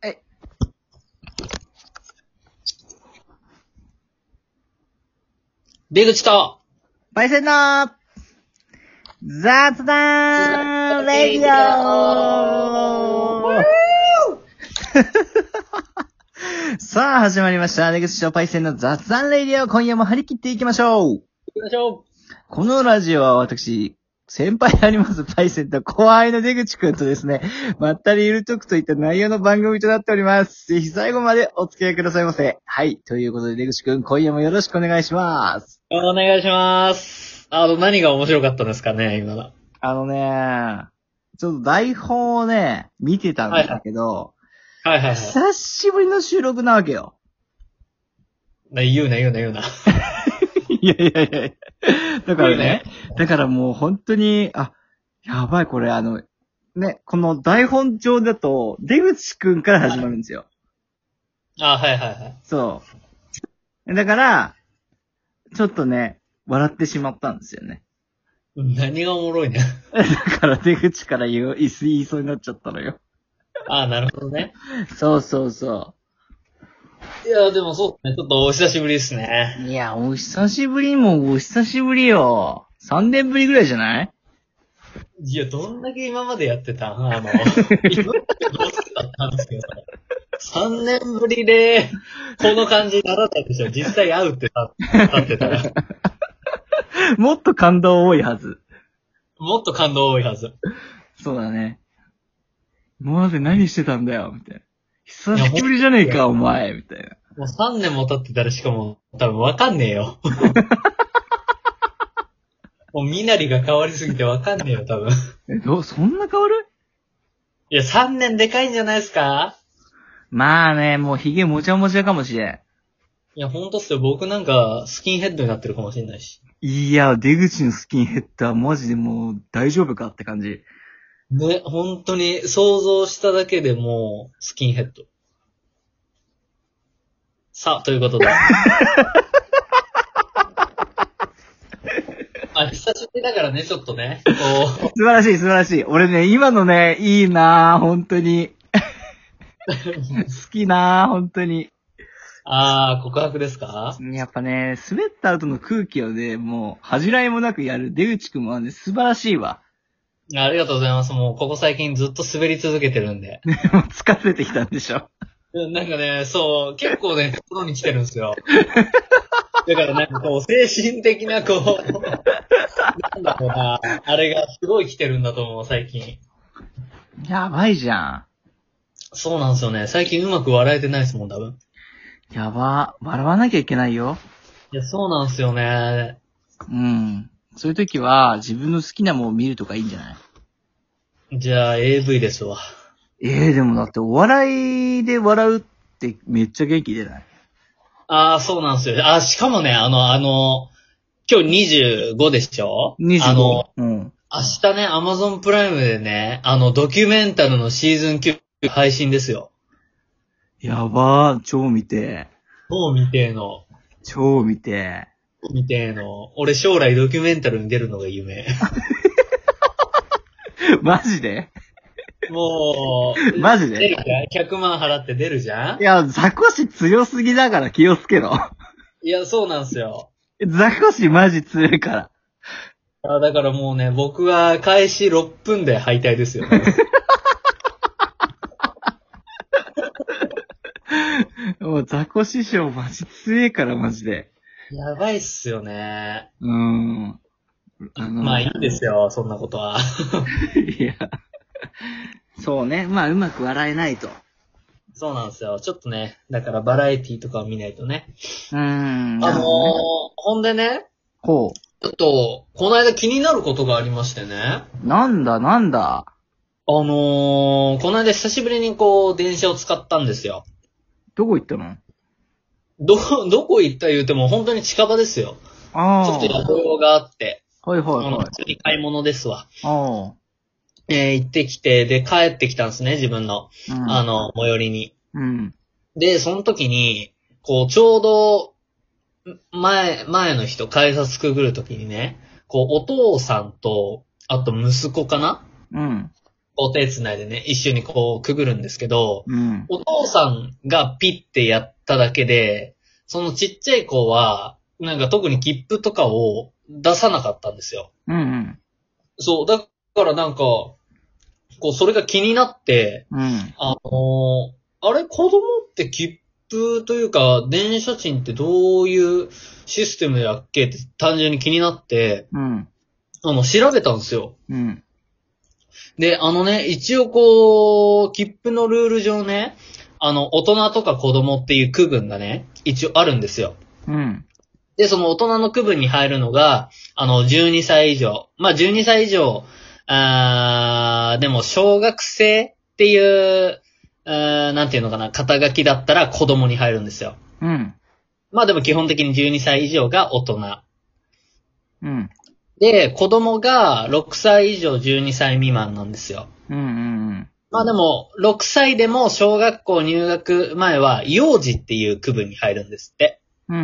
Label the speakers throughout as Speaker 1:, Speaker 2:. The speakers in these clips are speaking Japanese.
Speaker 1: はい。
Speaker 2: 出口と、
Speaker 1: バイセンの雑談レディオ さあ、始まりました。出口ショーパイセンの雑談レディオ。今夜も張り切っていきましょう。
Speaker 2: 行きましょ
Speaker 1: このラジオは私、先輩でありますパイセンと後輩の出口くんとですね、まったりゆるトークといった内容の番組となっております。ぜひ最後までお付き合いくださいませ。はい。ということで出口くん、今夜もよろしくお願いします。
Speaker 2: う。お願いします。あの、何が面白かったんですかね、今の。
Speaker 1: あのね、ちょっと台本をね、見てたんだけど、
Speaker 2: はいはいは
Speaker 1: 久しぶりの収録なわけよ。
Speaker 2: い。ね言うな言うな言うな。
Speaker 1: いやいやいやいやだから
Speaker 2: 言うね
Speaker 1: ね、だからもう本当に、あ、やばいこれあの、ね、この台本上だと、出口くんから始まるんですよ。
Speaker 2: あ、はいはいはい。
Speaker 1: そう。だから、ちょっとね、笑ってしまったんですよ ね。
Speaker 2: 何がおもろいね。
Speaker 1: だから出口から言う、言いそうになっちゃったのよ。
Speaker 2: あなるほどね。
Speaker 1: そうそうそう。
Speaker 2: いや、でもそうですね。ちょっとお久しぶりですね。
Speaker 1: いや、お久しぶりもお久しぶりよ。3年ぶりぐらいじゃない
Speaker 2: いや、どんだけ今までやってたん あの、今までどうしてたって話ですけどさ。3年ぶりで、この感じにならないでしょ。実際会うってさ、なってた ら。
Speaker 1: もっと感動多いはず。
Speaker 2: もっと感動多いはず。
Speaker 1: そうだね。今まで何してたんだよ、みたいな。久しぶりじゃねえか、お前、みたいな。
Speaker 2: もう3年も経ってたらしかも、多分わかんねえよ。もう身なりが変わりすぎてわかんねえよ、多分。
Speaker 1: え、どう、そんな変わる
Speaker 2: いや、3年でかいんじゃないですか
Speaker 1: まあね、もうヒゲもちゃもちゃかもしれん。
Speaker 2: いや、ほんとっすよ。僕なんか、スキンヘッドになってるかもしれないし。
Speaker 1: いや、出口のスキンヘッダー、マジでもう大丈夫かって感じ。
Speaker 2: ね、本当に、想像しただけでもう、スキンヘッド。さあ、ということで。あ、久しぶりだからね、ちょっとね。こう、
Speaker 1: 素晴らしい、素晴らしい。俺ね、今のね、いいなぁ、本当に。好きなぁ、本当に。
Speaker 2: あー、告白ですか
Speaker 1: やっぱね、滑った後の空気をね、もう、恥じらいもなくやる出口くんはね、素晴らしいわ。
Speaker 2: ありがとうございます。もう、ここ最近ずっと滑り続けてるんで。
Speaker 1: もう疲れてきたんでしょ。
Speaker 2: なんかね、そう、結構ね、ところに来てるんですよ。 だからなんかこう、精神的なこう、なんだろうな、あれがすごい来てるんだと思う、最近。
Speaker 1: やばいじゃ
Speaker 2: そうなんですよね。最近うまく笑えてないですもん、多分。
Speaker 1: ん。やば。笑わなきゃいけないよ。
Speaker 2: いや、そうなんですよね。
Speaker 1: うん。そういう時は、自分の好きなものを見るとかいいんじゃない
Speaker 2: じゃあ、AV ですわ。
Speaker 1: ええでもだってお笑いで笑うってめっちゃ元気出ない
Speaker 2: ああ、そうなんですよ。あー、しかもね、あの、あの、今日25でしょ
Speaker 1: ?25。
Speaker 2: あの、
Speaker 1: うん。
Speaker 2: 明日ね、アマゾンプライムでね、あの、ドキュメンタルのシーズン9配信ですよ。
Speaker 1: やばー。超見て。
Speaker 2: もう見てえの。
Speaker 1: 超見て。
Speaker 2: 見てえの。俺将来ドキュメンタルに出るのが 夢。
Speaker 1: マジで
Speaker 2: もう、
Speaker 1: マジ
Speaker 2: 出
Speaker 1: で
Speaker 2: るじゃん ?100 万払って出るじゃん
Speaker 1: いや、ザコシ強すぎだから気をつけろ。
Speaker 2: いや、そうなんですよ。
Speaker 1: ザコシマジ強いから。
Speaker 2: あだからもうね、僕は開始6分で敗退 ですよ。
Speaker 1: もうザコ師匠マジ強えからマジで。
Speaker 2: やばいっすよね。
Speaker 1: うーん。あの
Speaker 2: まあいいんですよ、そんなことは。
Speaker 1: いや。そうね。まあうまく笑えないと。う
Speaker 2: そうなんですよ。ちょっとね、だからバラエティとかを見ないとね。
Speaker 1: ーん。
Speaker 2: あの
Speaker 1: な
Speaker 2: ー
Speaker 1: るほどね、
Speaker 2: ほんでね、
Speaker 1: ほ
Speaker 2: ちょっと、この間気になることがありましてね。あ
Speaker 1: う。なんだなんだ。
Speaker 2: のー、この間久しぶりにこう、電車を使ったんですよ。
Speaker 1: どこ行ったの
Speaker 2: ど、どこ行った言うても本当に近場ですよ。ちょ
Speaker 1: あ
Speaker 2: っと雇用があって、
Speaker 1: あ。はいはい
Speaker 2: あの、
Speaker 1: はい
Speaker 2: 普。通に買い物ですわ。
Speaker 1: あ
Speaker 2: えー行ってきて、で、帰ってきたんですね、自分の、
Speaker 1: あ。うん。
Speaker 2: あの、最寄りに。
Speaker 1: うん。
Speaker 2: で、その時に、こう、ちょうど、ん前、前の人、改札くぐる時にね、こう、お父さんと、あと息子かな
Speaker 1: うん。
Speaker 2: こう手繋いでね、一緒にこうくぐるんですけど、
Speaker 1: うん。
Speaker 2: お父さんがピッてやっただけで、そのちっちゃい子は、なんか特に切符とかを出さなかったんですよ。
Speaker 1: うんうん。
Speaker 2: そう、だからなんか、こう、それが気になって、
Speaker 1: うん。
Speaker 2: あのーあれ、子供って切符というか、電車賃ってどういうシステムやっけって単純に気になって、
Speaker 1: うん。
Speaker 2: あの、調べたんですよ。
Speaker 1: うん。
Speaker 2: で、あのね、一応こう、切符のルール上ね、あの、大人とか子供っていう区分がね、一応あるんですよ。
Speaker 1: うん。
Speaker 2: で、その大人の区分に入るのが、あの、12歳以上。まあ、12歳以上、あーでも、小学生っていう、あーなんていうのかな、肩書きだったら子供に入るんですよ。
Speaker 1: うん。
Speaker 2: まあ、でも基本的に12歳以上が大人。
Speaker 1: うん。
Speaker 2: で、子供が6歳以上12歳未満なんですよ。
Speaker 1: うん。うん。
Speaker 2: まあでも、6歳でも小学校入学前は幼児っていう区分に入るんですって。
Speaker 1: うん。う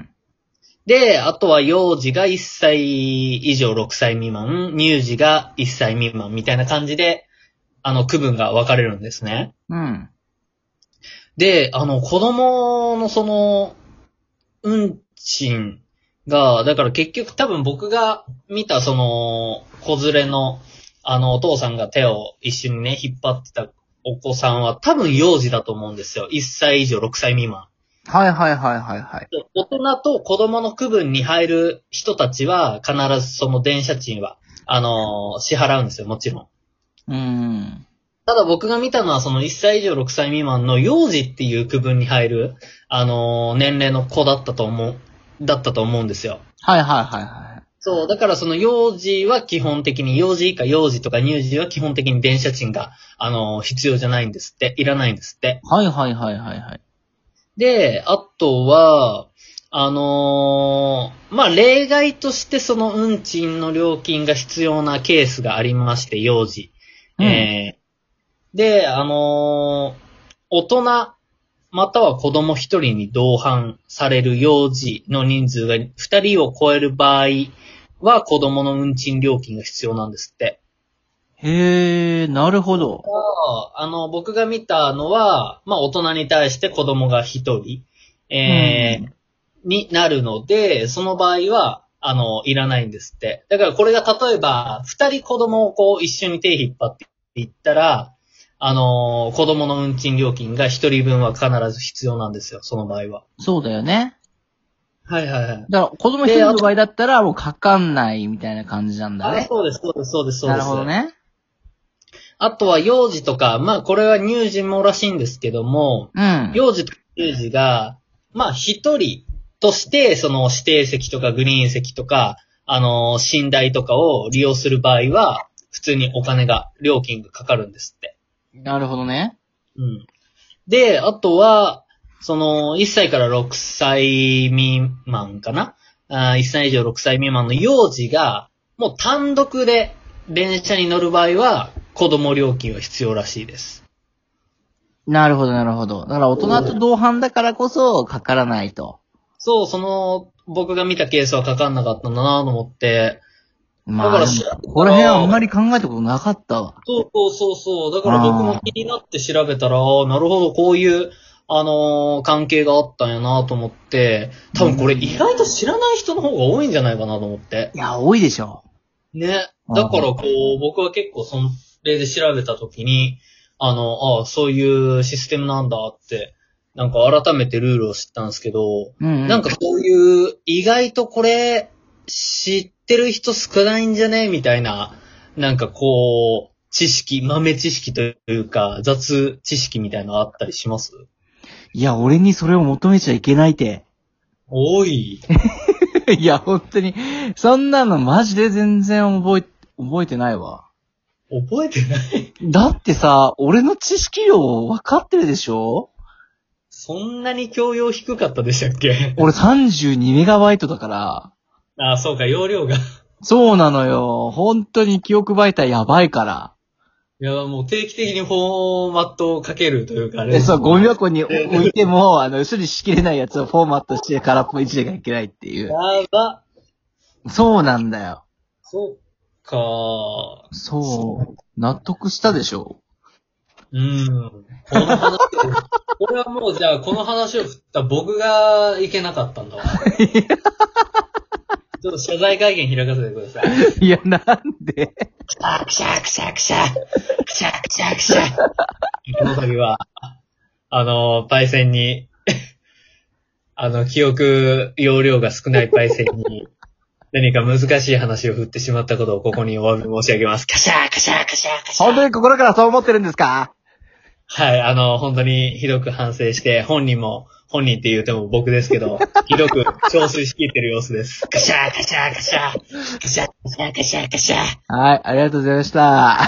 Speaker 1: ん。
Speaker 2: で、あとは幼児が1歳以上6歳未満、乳児が1歳未満みたいな感じで、あの、区分が分かれるんですね。
Speaker 1: うん。
Speaker 2: で、あの、子供のその、運賃が、だから結局多分僕が見たその、子連れの、あの、お父さんが手を一緒にね、引っ張ってたお子さんは多分幼児だと思うんですよ。1歳以上6歳未満。
Speaker 1: はいはいはいはいはい。
Speaker 2: 大人と子供の区分に入る人たちは、必ずその電車賃は、あのー支払うんですよ、もちろん。
Speaker 1: うん。
Speaker 2: ただ僕が見たのは、その1歳以上6歳未満の幼児っていう区分に入る、あのー年齢の子だったと思う、だったと思うんですよ。
Speaker 1: はいはいはいはい。
Speaker 2: そう、だからその幼児は基本的に、幼児以下、幼児とか乳児は基本的に電車賃が、あのー必要じゃないんですって、いらないんですって。
Speaker 1: はいはいはいはいはい。
Speaker 2: で、あとは、あのーまあ、例外としてその運賃の料金が必要なケースがありまして、幼児。
Speaker 1: うん
Speaker 2: えーで、あのー大人、または子供一人に同伴される幼児の人数が二人を超える場合は子供の運賃料金が必要なんですって。
Speaker 1: へえ、なるほど。
Speaker 2: あの、僕が見たのは、まあ、大人に対して子供が一人、えーになるので、その場合は、あの、いらないんですって。だからこれが例えば、二人子供をこう一緒に手引っ張っていったら、あのー子供の運賃料金が一人分は必ず必要なんですよ、その場合は。
Speaker 1: そうだよね。
Speaker 2: はいはいはい。
Speaker 1: だから、子供一人の場合だったら、もうかかんないみたいな感じなんだ
Speaker 2: あ
Speaker 1: ね。
Speaker 2: そうです、そうです、そうです、そう
Speaker 1: な
Speaker 2: です。
Speaker 1: るほどね。
Speaker 2: あとは幼児とか、まあこれは乳児もらしいんですけども、
Speaker 1: うん。
Speaker 2: 幼児と乳児が、まあ一人として、その指定席とかグリーン席とか、あのー、寝台とかを利用する場合は、普通にお金が、料金がかかるんですって。
Speaker 1: なるほどね。
Speaker 2: うん。で、あとは、その、1歳から6歳未満かなあー ?1 歳以上6歳未満の幼児が、もう単独で電車に乗る場合は、子供料金は必要らしいです。
Speaker 1: なるほど、なるほど。だから、大人と同伴だからこそ、かからないと。
Speaker 2: そう、その、僕が見たケースはかかんなかったんだなと思って、
Speaker 1: ま
Speaker 2: だか
Speaker 1: あ、
Speaker 2: ら
Speaker 1: でもここら辺はあんまり考えたことなかったわ。
Speaker 2: そうそうそうそう。だから僕も気になって調べたら、あーなるほど、こういう、あのー関係があったんやなと思って、多分これ意外と知らない人の方が多いんじゃないかなと思って。
Speaker 1: いや、多いでしょ。
Speaker 2: ね。
Speaker 1: うん
Speaker 2: だからこう、僕は結構その例で調べたときに、あの、あーそういうシステムなんだって、なんか改めてルールを知ったんですけど、
Speaker 1: うん、うん。
Speaker 2: なんかそういう、意外とこれ、知ってる人少ないんじゃねみたいな、なんかこう、知識、豆知識というか、雑知識みたいなのあったりします
Speaker 1: いや、俺にそれを求めちゃいけない って。
Speaker 2: 多い。
Speaker 1: いや、本当に。そんなのマジで全然覚え、覚えてないわ。
Speaker 2: 覚えてない。
Speaker 1: だってさ、俺の知識量分かってるでしょ
Speaker 2: そんなに教養低かったでしたっけ
Speaker 1: 俺32メガバイトだから。
Speaker 2: ああ、そうか、容量が。い
Speaker 1: そうなのよ。本当に記憶媒体やばいから。
Speaker 2: や、もう定期的にフォーマットをかけるというか
Speaker 1: で、
Speaker 2: ね。
Speaker 1: そう、ゴミ箱に置いても、あの、処理しきれないやつをフォーマットして空っぽにしなきゃいけないってい
Speaker 2: や
Speaker 1: う。
Speaker 2: ば。
Speaker 1: そうなんだよ。
Speaker 2: そうか。
Speaker 1: そう。納得したでしょ
Speaker 2: うん。この話を、これはもうじゃあこの話を振った僕がいけなかった んだわ。ちょっと謝罪会見開かせてください。
Speaker 1: いや、なんで
Speaker 2: くしゃくしゃくしゃ、くしゃくしゃくしゃ。この度は、あの、パイセンに、 あの、記憶容量が少ないパイセンに、何か難しい話を振ってしまったことをここにお詫び申し上げます。くしゃくしゃくしゃくしゃ。
Speaker 1: 本当に心からそう思ってるんですか
Speaker 2: はい、あの、本当にひどく反省して、本人も、本人って言うても僕ですけ ど、ひどく憔悴しきってる様子です。カシャカシャカシャ、カシャカシャカシャカシャ。
Speaker 1: はい、ありがとうございました。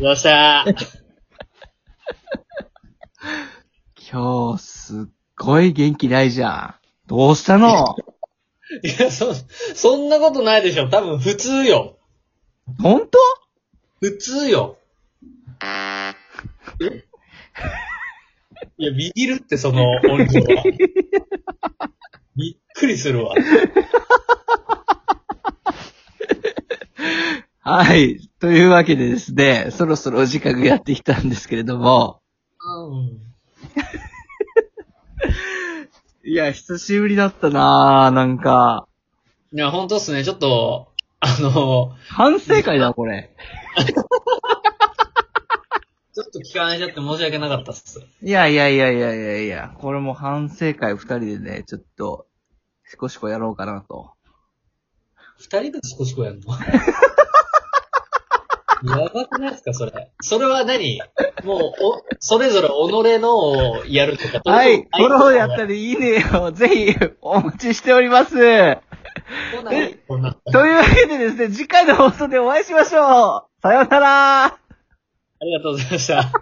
Speaker 2: どう した
Speaker 1: 今日、すっごい元気ないじゃん。どうしたの
Speaker 2: いや、そ、そんなことないでしょ。多分普通よ。
Speaker 1: 本
Speaker 2: 普通よ。 えいや、ビビるってその音量は。びっくりするわ。
Speaker 1: 当はい。というわけでですね、そろそろお時間がやってきたんですけれども。
Speaker 2: うん。
Speaker 1: いや、久しぶりだったなぁ、なんか。
Speaker 2: いや、ほんとっすね。ちょっと、あの、
Speaker 1: 反省会だ、これ。
Speaker 2: ちょっと聞かないちゃって申し訳なかったっす。
Speaker 1: いやいやいやいやいやいや、これも反省会二人でね、ちょっと、しこしこやろうかなと。
Speaker 2: 二人で少しこ やんのやばくないですか、それ。それは何もう、お、それぞれ己のをやるとか。
Speaker 1: はい、フォローやっ
Speaker 2: り
Speaker 1: たりいいねをぜひお待ちしており ます。という
Speaker 2: 来ないこんな。
Speaker 1: わけでですね、次回の放送でお会いしましょうさようなら
Speaker 2: ありがとうございました。